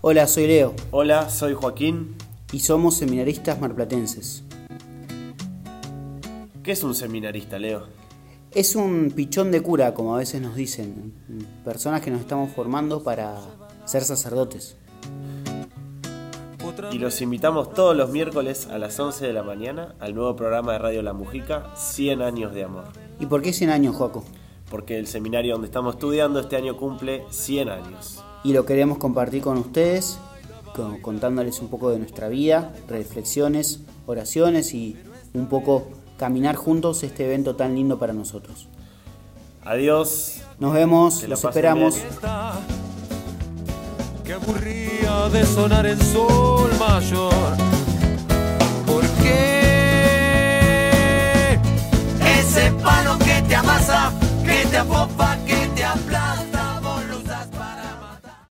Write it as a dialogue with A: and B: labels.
A: Hola, soy Leo
B: Hola, soy Joaquín.
A: y somos seminaristas marplatenses.
B: ¿Qué es un seminarista, Leo?
A: Es un pichón de cura, como a veces nos dicen, personas que nos estamos formando para ser sacerdotes.
B: Y los invitamos todos los miércoles a las 11 de la mañana al nuevo programa de Radio La Mujica, 100 años de amor.
A: ¿Y por qué 100 años, Joaco?
B: Porque el seminario donde estamos estudiando este año cumple 100 años.
A: Y lo queremos compartir con ustedes, con- contándoles un poco de nuestra vida, reflexiones, oraciones y un poco caminar juntos este evento tan lindo para nosotros.
B: Adiós.
A: Nos vemos,
B: Que la
A: los
B: pasen
A: esperamos.
B: bien.
C: orquesta que aburría de sonar en sol mayor. Porque ese palo que te amasa, que te apopa,